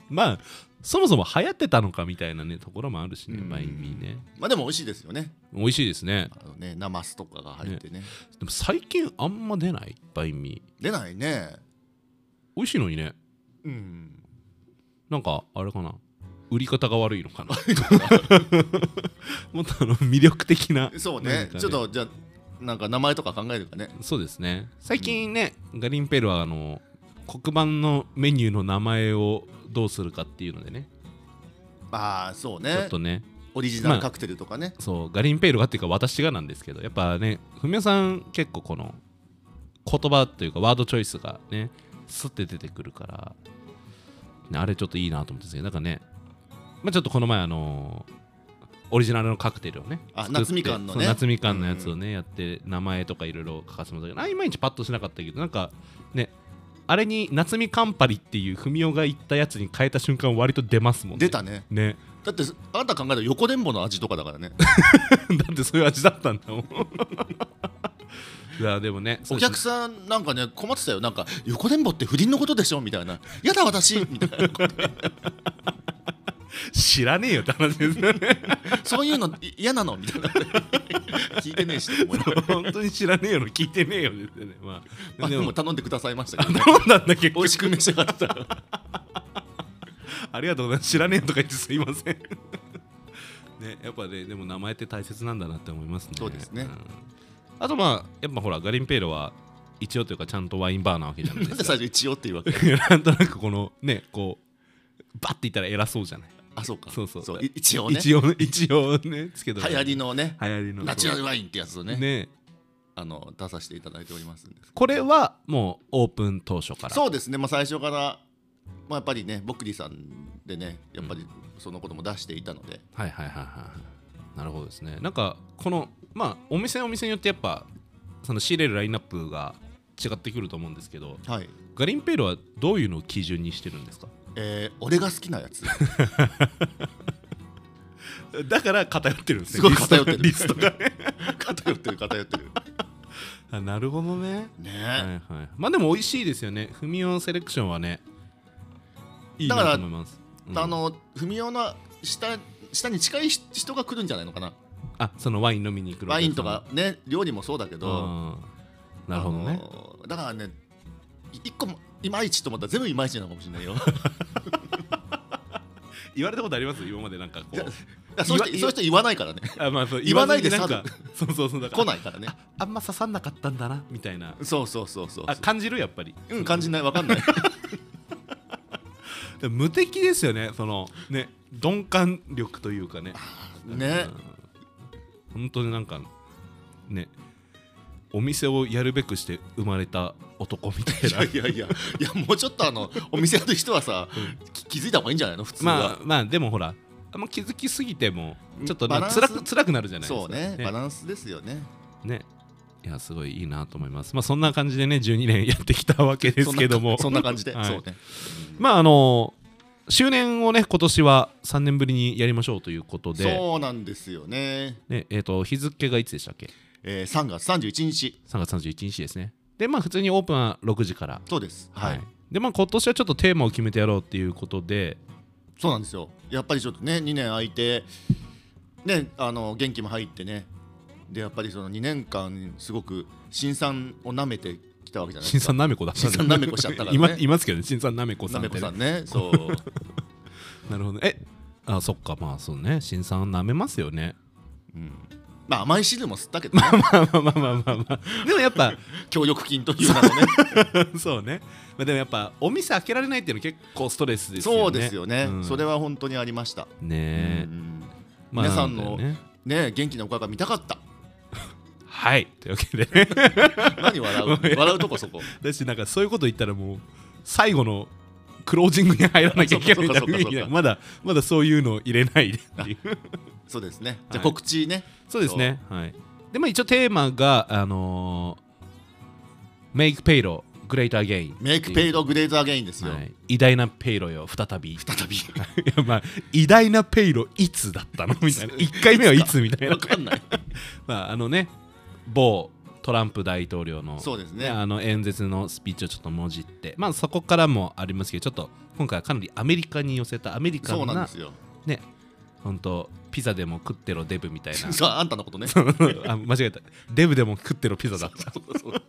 [SPEAKER 1] まあそもそも流行ってたのかみたいなねところもあるしね
[SPEAKER 2] うん
[SPEAKER 1] バインミーね
[SPEAKER 2] まあでも美味しいですよね
[SPEAKER 1] 美味しいですね
[SPEAKER 2] あのねナマスとかが入ってね
[SPEAKER 1] でも最近あんま出ないバインミー
[SPEAKER 2] 出ないね
[SPEAKER 1] 美味しいのにね
[SPEAKER 2] うん
[SPEAKER 1] なんかあれかな売り方が悪いの かなもっとあの魅力的な
[SPEAKER 2] そ
[SPEAKER 1] な
[SPEAKER 2] う
[SPEAKER 1] ん
[SPEAKER 2] ね
[SPEAKER 1] か
[SPEAKER 2] ちょっとじゃあなんか名前とか考えるかね
[SPEAKER 1] そうですね最近ね、ガリンペルはあの黒板のメニューの名前をどうするかっていうのでね
[SPEAKER 2] ああそう
[SPEAKER 1] ちょっ
[SPEAKER 2] ね
[SPEAKER 1] とね
[SPEAKER 2] オリジナルカクテルとかね
[SPEAKER 1] そうガリンペールがっていうか私がなんですけどやっぱね文雄さん結構この言葉というかワードチョイスがねスッて出てくるから、ね、あれちょっといいなと思ってんですけどなんかね、まあ、ちょっとこの前あのーオリジナルのカクテルをね
[SPEAKER 2] あ
[SPEAKER 1] 作って
[SPEAKER 2] 夏みかんの
[SPEAKER 1] そ
[SPEAKER 2] ね
[SPEAKER 1] う夏みかんのやつをね、やって名前とかいろいろ書かせてもらったけどあいまいちパッとしなかったけどなんかねあれに夏みかんパリっていう文雄が言ったやつに変えた瞬間割と出ますもんね
[SPEAKER 2] 出たね
[SPEAKER 1] ね
[SPEAKER 2] だってあなた考えたら横伝ぼの味とかだからね
[SPEAKER 1] だってそういう味だったんだ もんいやでもね
[SPEAKER 2] お客さんなんかね困ってたよなんか横伝ぼって不倫のことでしょみたいな「やだ私」みたいな
[SPEAKER 1] 知らねえよって話ですよ ね
[SPEAKER 2] そういうのい嫌なのみたいな聞いてねえしと思いながら
[SPEAKER 1] 本当に知らねえよの聞いてねえよですよねま
[SPEAKER 2] ま
[SPEAKER 1] あ
[SPEAKER 2] あ
[SPEAKER 1] で
[SPEAKER 2] で
[SPEAKER 1] も
[SPEAKER 2] も頼んでくださいましたけど、ね、
[SPEAKER 1] 頼んだんだけど
[SPEAKER 2] 美味しく召し上がってた
[SPEAKER 1] ありがとうございます知 らねえとか言ってすいませんねやっぱねでも名前って大切なんだなって思いますね
[SPEAKER 2] そうですね
[SPEAKER 1] んあとまあやっぱほらガリンペーロは一応というかちゃんとワインバーなわけじゃない
[SPEAKER 2] な
[SPEAKER 1] で
[SPEAKER 2] んです最初一応っていうわけ
[SPEAKER 1] か なんとなくこのねこうバッて言ったら偉そうじゃない
[SPEAKER 2] あそうか
[SPEAKER 1] そうそう
[SPEAKER 2] い一応ね
[SPEAKER 1] 一応ね 一応ねつけ
[SPEAKER 2] 流
[SPEAKER 1] た
[SPEAKER 2] 行りのね
[SPEAKER 1] 流行りの
[SPEAKER 2] ナチュラルワインってやつをね
[SPEAKER 1] ね
[SPEAKER 2] あの出させていただいておりますんで
[SPEAKER 1] これはもうオープン当初から
[SPEAKER 2] そうですね、まあ、最初から、まあ、やっぱりねボックリさんでねやっぱりそのことも出していたので、
[SPEAKER 1] はいはいはいはいなるほどですねなんかこのまあお店お店によってやっぱその仕入れるラインナップが違ってくると思うんですけど
[SPEAKER 2] はい
[SPEAKER 1] ガリンペールはどういうのを基準にしてるんですか
[SPEAKER 2] えー俺が好きなやつ
[SPEAKER 1] だから偏ってるんです
[SPEAKER 2] すごい偏ってる
[SPEAKER 1] リストが
[SPEAKER 2] 偏ってる偏ってる
[SPEAKER 1] あなるほどね
[SPEAKER 2] ね
[SPEAKER 1] はいはいまあでも美味しいですよねフミオンセレクションはねいい
[SPEAKER 2] だか
[SPEAKER 1] な
[SPEAKER 2] ら
[SPEAKER 1] と思いますうん
[SPEAKER 2] あの文雄の下下に近い人人が来るんじゃないのかな
[SPEAKER 1] あそのワイン飲みに来るお
[SPEAKER 2] ワ
[SPEAKER 1] 客様
[SPEAKER 2] インとかね料理もそうだけど
[SPEAKER 1] うんなるほどね
[SPEAKER 2] あのーだからねい一個もいまいちと思ったら全部いまいちなのかもしれな いよ
[SPEAKER 1] 言われたことあります今までなんかこ
[SPEAKER 2] いや
[SPEAKER 1] う
[SPEAKER 2] そういう人
[SPEAKER 1] 言わ
[SPEAKER 2] そういう人言わないからね
[SPEAKER 1] あ、まあ、そう
[SPEAKER 2] 言わないで
[SPEAKER 1] ずになんか そうそうそうだから
[SPEAKER 2] 来ないからね
[SPEAKER 1] あんま刺さんなかったんだなみたいな
[SPEAKER 2] そうそうそうそう
[SPEAKER 1] あ感じるやっぱり
[SPEAKER 2] うん感じないわかんない
[SPEAKER 1] で無敵ですよねそのね鈍感力というかね
[SPEAKER 2] ね
[SPEAKER 1] うん本当になんかねお店をやるべくして生まれた男みたい
[SPEAKER 2] い
[SPEAKER 1] な
[SPEAKER 2] やいやいやいやもうちょっとあのお店やる人はさ、き気づいた方がいいんじゃないの普通は、
[SPEAKER 1] まあまあでもほらあんま気づきすぎてもちょっとね
[SPEAKER 2] バランス
[SPEAKER 1] 辛く辛くなるじゃないですか
[SPEAKER 2] そうね
[SPEAKER 1] ね
[SPEAKER 2] バランスですよね
[SPEAKER 1] ねいやすごいいいなと思いますまあそんな感じでね12年やってきたわけですけども
[SPEAKER 2] そんな感じで、
[SPEAKER 1] はい
[SPEAKER 2] そうね
[SPEAKER 1] まああの周年をね今年は3年ぶりにやりましょうということで、
[SPEAKER 2] そうなんですよね、
[SPEAKER 1] ねえー、と日付がいつでしたっけ
[SPEAKER 2] えー、3月31日
[SPEAKER 1] 3月31日ですねでまあ普通にオープンは6時から
[SPEAKER 2] そうですはい、
[SPEAKER 1] でまあ今年はちょっとテーマを決めてやろうっていうことで
[SPEAKER 2] そうなんですよやっぱりちょっとね2年空いてねあの元気も入ってねでやっぱりその2年間すごく新さんを舐めてきたわけじゃない
[SPEAKER 1] 新
[SPEAKER 2] ですか
[SPEAKER 1] さんなめこだったんで
[SPEAKER 2] 新さんなめこしちゃったからね
[SPEAKER 1] 今いますけどね新さんなめこさん
[SPEAKER 2] な
[SPEAKER 1] ってね
[SPEAKER 2] めこさんねそう
[SPEAKER 1] なるほどねえあそっかまあそうね新さんなめますよ ね
[SPEAKER 2] まあ甘い汁も吸ったけ ど、ね、
[SPEAKER 1] まあまあまあまあまあ、まあ、でもやっぱ
[SPEAKER 2] 協力金という名のね
[SPEAKER 1] そうね、まあ、でもやっぱお店開けられないっていうの結構ストレスですよね
[SPEAKER 2] そうですよね、
[SPEAKER 1] うん
[SPEAKER 2] それは本当にありました、
[SPEAKER 1] ねえ、
[SPEAKER 2] うん
[SPEAKER 1] まあ
[SPEAKER 2] 皆さんの
[SPEAKER 1] なんだよね
[SPEAKER 2] ね元気なおかが見た かった
[SPEAKER 1] はいというわけで ね
[SPEAKER 2] 何笑う笑うとこそこ
[SPEAKER 1] だしなんかそういうこと言ったらもう最後のクロージングに入らなきゃいけないみたいな
[SPEAKER 2] そうかそうかそうか
[SPEAKER 1] まだまだそういうの入れないでっていう
[SPEAKER 2] そうですねじゃ
[SPEAKER 1] はい
[SPEAKER 2] あ告知ね、
[SPEAKER 1] そうですね。はい。でも一応テーマが、あのー、Make Paylo Great Again。
[SPEAKER 2] メイクペイドグレーズアゲインですよ、
[SPEAKER 1] はい、偉大なペイロよ、再 び。い
[SPEAKER 2] 再び
[SPEAKER 1] やまあ、偉大なペイロいつだったのみたいな。1回目はいつみたいな
[SPEAKER 2] わ。か んない
[SPEAKER 1] まあ、あのね、某トランプ大統領の
[SPEAKER 2] そうですね
[SPEAKER 1] ねあの演説のスピーチをちょっともじって、まあ、そこからもありますけど、ちょっと今回はかなりアメリカに寄せたアメリカ
[SPEAKER 2] そうなん
[SPEAKER 1] な
[SPEAKER 2] で、すよ
[SPEAKER 1] ね、本当ピザでも食ってろデブみたいな。
[SPEAKER 2] そうあんたのことね
[SPEAKER 1] あ間違えたデブでも食ってるピザだった
[SPEAKER 2] そう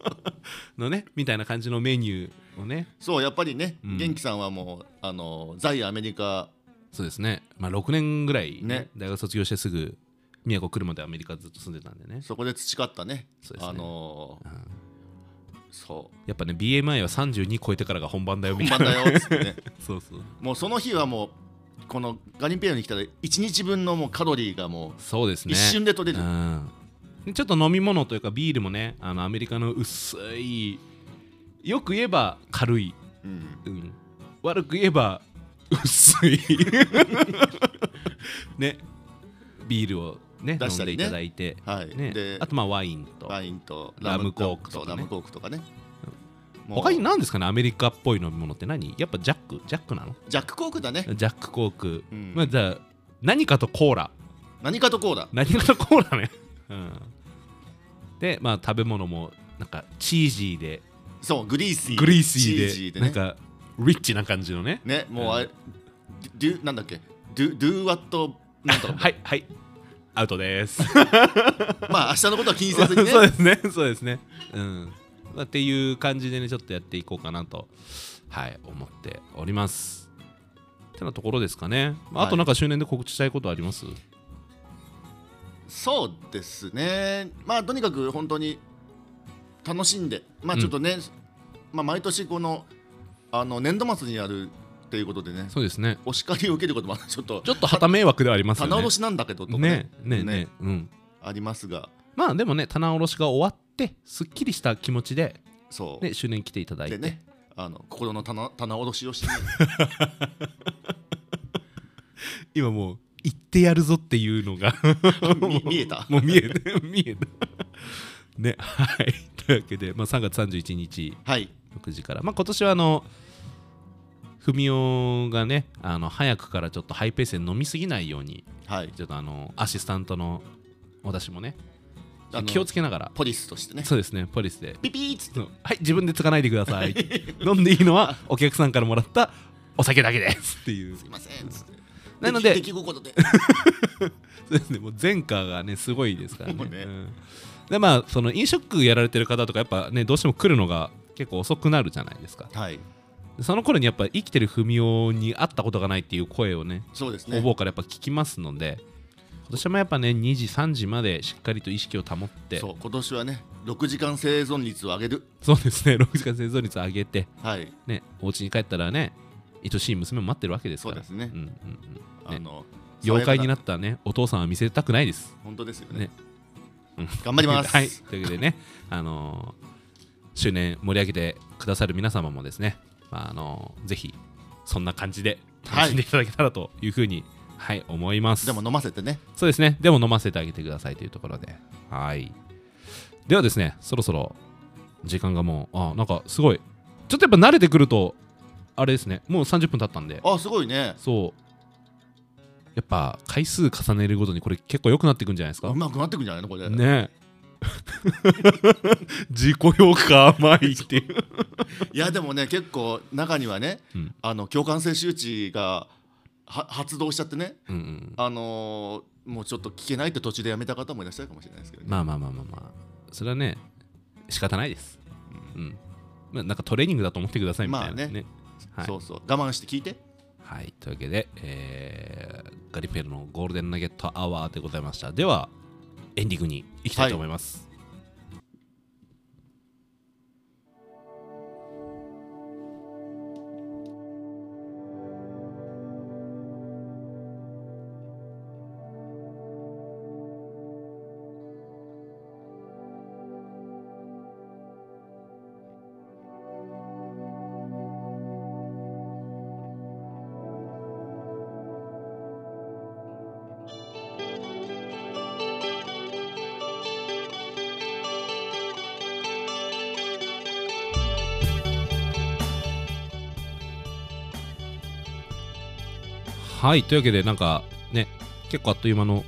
[SPEAKER 1] のねみたいな感じのメニューをね
[SPEAKER 2] そうやっぱりね、
[SPEAKER 1] うん
[SPEAKER 2] 元気さんはもうあの在アメリカ
[SPEAKER 1] そうですねまあ6年ぐらい、
[SPEAKER 2] ね
[SPEAKER 1] 大学卒業してすぐ宮古来るまでアメリカずっと住んでたんでね、
[SPEAKER 2] そこで培ったね
[SPEAKER 1] そうですね
[SPEAKER 2] あのー
[SPEAKER 1] うん
[SPEAKER 2] そう
[SPEAKER 1] やっぱね BMI は32超えてからが本番だよみ
[SPEAKER 2] 本
[SPEAKER 1] たい
[SPEAKER 2] 番
[SPEAKER 1] な
[SPEAKER 2] だよっつってね
[SPEAKER 1] そうそう
[SPEAKER 2] もうその日はもうこのガリンペイロに来たら1日分のもうカロリーがもう
[SPEAKER 1] そうですね
[SPEAKER 2] 一瞬で取れ
[SPEAKER 1] う
[SPEAKER 2] る、
[SPEAKER 1] んでちょっと飲み物というかビールもねあのアメリカの薄いよく言えば軽い、
[SPEAKER 2] うん
[SPEAKER 1] うん、悪く言えば薄 いねビールをね
[SPEAKER 2] 出し
[SPEAKER 1] 飲
[SPEAKER 2] た
[SPEAKER 1] んで
[SPEAKER 2] り
[SPEAKER 1] い
[SPEAKER 2] ね
[SPEAKER 1] ただいて、
[SPEAKER 2] はい
[SPEAKER 1] ね
[SPEAKER 2] で、
[SPEAKER 1] あとまあワインと
[SPEAKER 2] ワインと
[SPEAKER 1] ラムコークと
[SPEAKER 2] そう
[SPEAKER 1] かね
[SPEAKER 2] ラムコークとかねもう
[SPEAKER 1] 他に何ですかねアメリカっぽい飲み物って何やっぱジャックジャックなの
[SPEAKER 2] ジャックコークだね、
[SPEAKER 1] ジャックコーク、
[SPEAKER 2] うん
[SPEAKER 1] まあじゃあ何かとコーラ
[SPEAKER 2] 何かとコーラ
[SPEAKER 1] 何かとコーラね、うん、でまあ食べ物もなんかチージーで
[SPEAKER 2] そうグリーシー
[SPEAKER 1] グリーシーで
[SPEAKER 2] チジ
[SPEAKER 1] な
[SPEAKER 2] ね
[SPEAKER 1] んかリッチな感じのね
[SPEAKER 2] ねもうあれ、デュなんだっけドゥドゥワットなんとか
[SPEAKER 1] はいはいアウト です
[SPEAKER 2] まあ明日のことは気にせずにね
[SPEAKER 1] そうですねそうですねうんまあっていう感じでねちょっとやっていこうかなとはい思っておりますてなところですかね、まあ、あ
[SPEAKER 2] はい
[SPEAKER 1] となんか周年で告知したいことあります、
[SPEAKER 2] そうですねまあとにかく本当に楽しんでまあちょっとね、まあ毎年このあの年度末にやるっていうことでね
[SPEAKER 1] そうですね
[SPEAKER 2] お叱りを受けることもあるちょっと
[SPEAKER 1] ちょっと旗迷惑ではありますよね
[SPEAKER 2] 棚卸しなんだけどとか
[SPEAKER 1] ね
[SPEAKER 2] ね
[SPEAKER 1] ねねうん
[SPEAKER 2] ありますが
[SPEAKER 1] まあでもね棚卸しが終わってすっきりした気持ちで、
[SPEAKER 2] そう、
[SPEAKER 1] ね、周年来ていただいて
[SPEAKER 2] でねあの心の棚棚卸しをしてね、
[SPEAKER 1] 今もう行ってやるぞっていうのが
[SPEAKER 2] み見えた
[SPEAKER 1] もう見え た見えたねはいというわけで、まあ、3月31日
[SPEAKER 2] はい
[SPEAKER 1] 6時から、まあ、今年はあの文雄がねあの早くからちょっとハイペースで飲みすぎないように
[SPEAKER 2] はい
[SPEAKER 1] ちょっとあのアシスタントの私もね
[SPEAKER 2] あの
[SPEAKER 1] 気をつけながら
[SPEAKER 2] ポリスとしてね
[SPEAKER 1] そうですねポリスで
[SPEAKER 2] ピピーっつって
[SPEAKER 1] そうはい自分でつかないでください飲んでいいのはお客さんからもらったお酒だけですっていう
[SPEAKER 2] すいませんっつって
[SPEAKER 1] なので
[SPEAKER 2] 出来出来心で
[SPEAKER 1] そうですねもう前科がねすごいですからね
[SPEAKER 2] もうね
[SPEAKER 1] うんでまあその飲食やられてる方とかやっぱねどうしても来るのが結構遅くなるじゃないですか
[SPEAKER 2] はい
[SPEAKER 1] でその頃にやっぱ生きてる文雄に会ったことがないっていう声をね
[SPEAKER 2] そうです
[SPEAKER 1] 方
[SPEAKER 2] ね
[SPEAKER 1] 々からやっぱ聞きますので今年もやっぱね2時3時までしっかりと意識を保って
[SPEAKER 2] そう今年はね6時間生存率を上げる
[SPEAKER 1] そうですね6時間生存率上げて
[SPEAKER 2] はい
[SPEAKER 1] ねお家に帰ったらね愛しい娘も待ってるわけですから
[SPEAKER 2] そうですね
[SPEAKER 1] んうんうん
[SPEAKER 2] あの
[SPEAKER 1] 妖怪にな
[SPEAKER 2] っ
[SPEAKER 1] ったねお父さんは見せたくないです
[SPEAKER 2] 本当ですよ
[SPEAKER 1] ね
[SPEAKER 2] ね
[SPEAKER 1] うん
[SPEAKER 2] 頑張ります
[SPEAKER 1] はいというわけでねあのー周年盛り上げてくださる皆様もですね、まあ、あのーぜひそんな感じで楽しんでいただけたらというふうに、はい思います
[SPEAKER 2] でも飲ませてね
[SPEAKER 1] そうですねでも飲ませてあげてくださいというところではいではですねそろそろ時間がもうあなんかすごいちょっとやっぱ慣れてくるとあれですねもう30分経ったんで
[SPEAKER 2] あすごいね
[SPEAKER 1] そうやっぱ回数重ねるごとにこれ結構良くなっていくんじゃないですか
[SPEAKER 2] うまくなってくんじゃないのこれ
[SPEAKER 1] ねえ 自己評価甘いっていう
[SPEAKER 2] いやでもね結構中にはね
[SPEAKER 1] うん
[SPEAKER 2] あの共感性周知がは発動しちゃってね
[SPEAKER 1] うんうん
[SPEAKER 2] あのーもうちょっと聞けないって途中でやめた方もいらっしゃるかもしれないですけどね、
[SPEAKER 1] まあまあまあまあまあそれはね仕方ないですうんまあなんかトレーニングだと思ってくださいみたいな
[SPEAKER 2] まあね
[SPEAKER 1] はい
[SPEAKER 2] そうそう我慢して聞いて
[SPEAKER 1] はい、というわけで、えーガリペルのゴールデンナゲットアワーでございました。では、エンディングに行きたいと思います。はい、というわけで、なんかね、結構あっという間の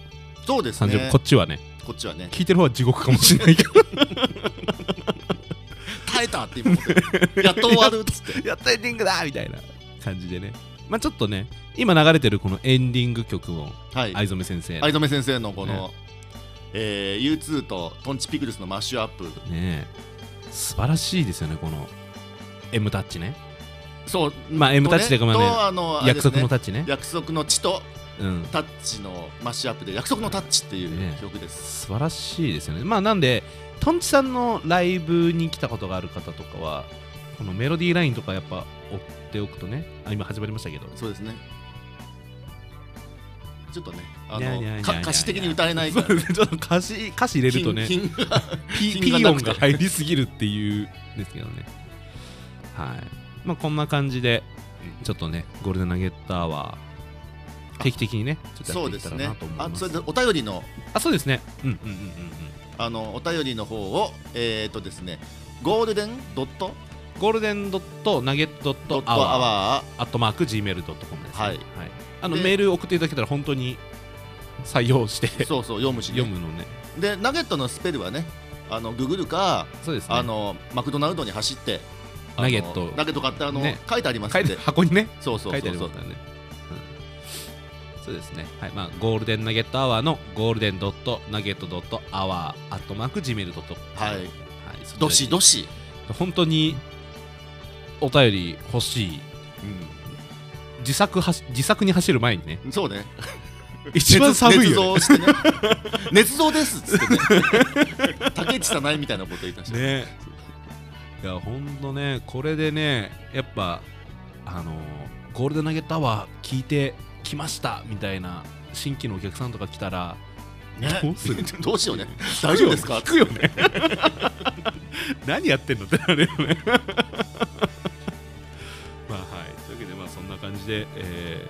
[SPEAKER 2] そうです
[SPEAKER 1] 30分、
[SPEAKER 2] ね
[SPEAKER 1] こっちはね、
[SPEAKER 2] こっちはね
[SPEAKER 1] 聞いてる方は地獄かもしれないけど、
[SPEAKER 2] 耐えたって今思ってるやっと 終わるっつって
[SPEAKER 1] やっとエンディングだみたいな感じでね、まあちょっとね、今流れてるこのエンディング曲を、
[SPEAKER 2] はい
[SPEAKER 1] 藍染先生の
[SPEAKER 2] 藍染先生のこの、えー U2 とトンチピクルスのマッシュアップ
[SPEAKER 1] ねえ、素晴らしいですよね、この M タッチね、
[SPEAKER 2] そう
[SPEAKER 1] まあ M タッチでごめんね
[SPEAKER 2] とあのあれで
[SPEAKER 1] 約
[SPEAKER 2] す
[SPEAKER 1] 束のタッチね。
[SPEAKER 2] 約束の地と
[SPEAKER 1] うん
[SPEAKER 2] タッチのマッシュアップで約束のタッチっていう
[SPEAKER 1] ね
[SPEAKER 2] 曲です、
[SPEAKER 1] 素晴らしいですよねまあなんでとんちさんのライブに来たことがある方とかはこのメロディーラインとかやっぱ追っておくとねあ今始まりましたけど
[SPEAKER 2] そうですねちょっとねあ
[SPEAKER 1] にゃーにゃーにゃーに
[SPEAKER 2] の
[SPEAKER 1] ゃー
[SPEAKER 2] か歌詞的に歌えないから
[SPEAKER 1] そう ですねちょっと歌詞歌詞入れるとね
[SPEAKER 2] 品品が
[SPEAKER 1] P
[SPEAKER 2] 品
[SPEAKER 1] P
[SPEAKER 2] がな
[SPEAKER 1] 音
[SPEAKER 2] くて
[SPEAKER 1] が入りすぎるっていうですけどねはいまあこんな感じでちょっとねゴールデンナゲットアワー定期的にねちょ
[SPEAKER 2] そ
[SPEAKER 1] っ
[SPEAKER 2] う
[SPEAKER 1] とや
[SPEAKER 2] で
[SPEAKER 1] っていけた
[SPEAKER 2] す
[SPEAKER 1] らな
[SPEAKER 2] ね
[SPEAKER 1] と思い
[SPEAKER 2] あ
[SPEAKER 1] ます
[SPEAKER 2] それでお便りの
[SPEAKER 1] あそうですねうんうんうんうんうん
[SPEAKER 2] あのお便りの方をえっ、ー、とですねゴールデンドット
[SPEAKER 1] ゴールデンドットナゲット
[SPEAKER 2] ド
[SPEAKER 1] ド
[SPEAKER 2] ッ
[SPEAKER 1] ッ
[SPEAKER 2] ト
[SPEAKER 1] トア
[SPEAKER 2] ア
[SPEAKER 1] ワー
[SPEAKER 2] ワ
[SPEAKER 1] アットマーク Gmail.com です、ね。
[SPEAKER 2] はい
[SPEAKER 1] あの
[SPEAKER 2] で
[SPEAKER 1] メール送っていただけたら本当に採用して
[SPEAKER 2] ーそうそう読むし、ね、
[SPEAKER 1] 読むのね。
[SPEAKER 2] でナゲットのスペルはねあのググるか
[SPEAKER 1] そうですね。
[SPEAKER 2] あのマクドナルドに走ってあの
[SPEAKER 1] ナゲット
[SPEAKER 2] ナゲット買ってあの、
[SPEAKER 1] ね
[SPEAKER 2] 書いてあります
[SPEAKER 1] 書
[SPEAKER 2] ん
[SPEAKER 1] いて
[SPEAKER 2] で
[SPEAKER 1] 箱にね
[SPEAKER 2] そうそう
[SPEAKER 1] 書いて
[SPEAKER 2] そ
[SPEAKER 1] あり
[SPEAKER 2] うそ
[SPEAKER 1] ま
[SPEAKER 2] う
[SPEAKER 1] すからね。うんそうですね。はいまあゴールデンナゲットアワーのゴールデンドットナゲットドットアワーアットマーク Gmail.com
[SPEAKER 2] はい
[SPEAKER 1] はい。そちら
[SPEAKER 2] どしどし、
[SPEAKER 1] 本当にお便り欲しい。自作はし自作に走る前にね
[SPEAKER 2] うん、そうね
[SPEAKER 1] 一番寒いよ、ね。
[SPEAKER 2] ね、捏造してね捏造ですっ つってね竹内さないみたいなこと言いました、
[SPEAKER 1] ねいやほんとねこれでねやっぱあのーゴールデンナゲットアワー聞いてきましたみたいな新規のお客さんとか来たら
[SPEAKER 2] ね
[SPEAKER 1] どうする
[SPEAKER 2] どうしようね大丈夫ですか
[SPEAKER 1] 聞くよね何やってんのってなるよね まあはいというわけでまあそんな感じでえ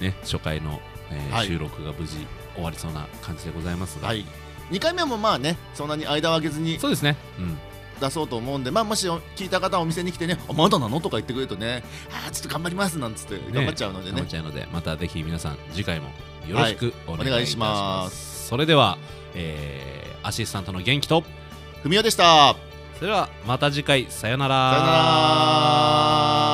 [SPEAKER 1] ー ね初回の、えー
[SPEAKER 2] はい
[SPEAKER 1] 収録が無事終わりそうな感じでございますが、
[SPEAKER 2] はい2回目もまあねそんなに間を空けずに
[SPEAKER 1] そうですねうん
[SPEAKER 2] 出そうと思うんで、まあ、もし聞いた方お店に来てね「あまだなの?」とか言ってくれるとね「あーちょっと頑張ります」なんつって頑張っちゃうのでね
[SPEAKER 1] なっちゃうのでまたぜひ皆さん次回もよろしくお願いい
[SPEAKER 2] お願
[SPEAKER 1] た
[SPEAKER 2] い
[SPEAKER 1] し
[SPEAKER 2] し
[SPEAKER 1] ま。
[SPEAKER 2] ます
[SPEAKER 1] それでは、えーアシスタントの元気と
[SPEAKER 2] ふみおでしたさよ
[SPEAKER 1] それではまた次回さよな
[SPEAKER 2] なら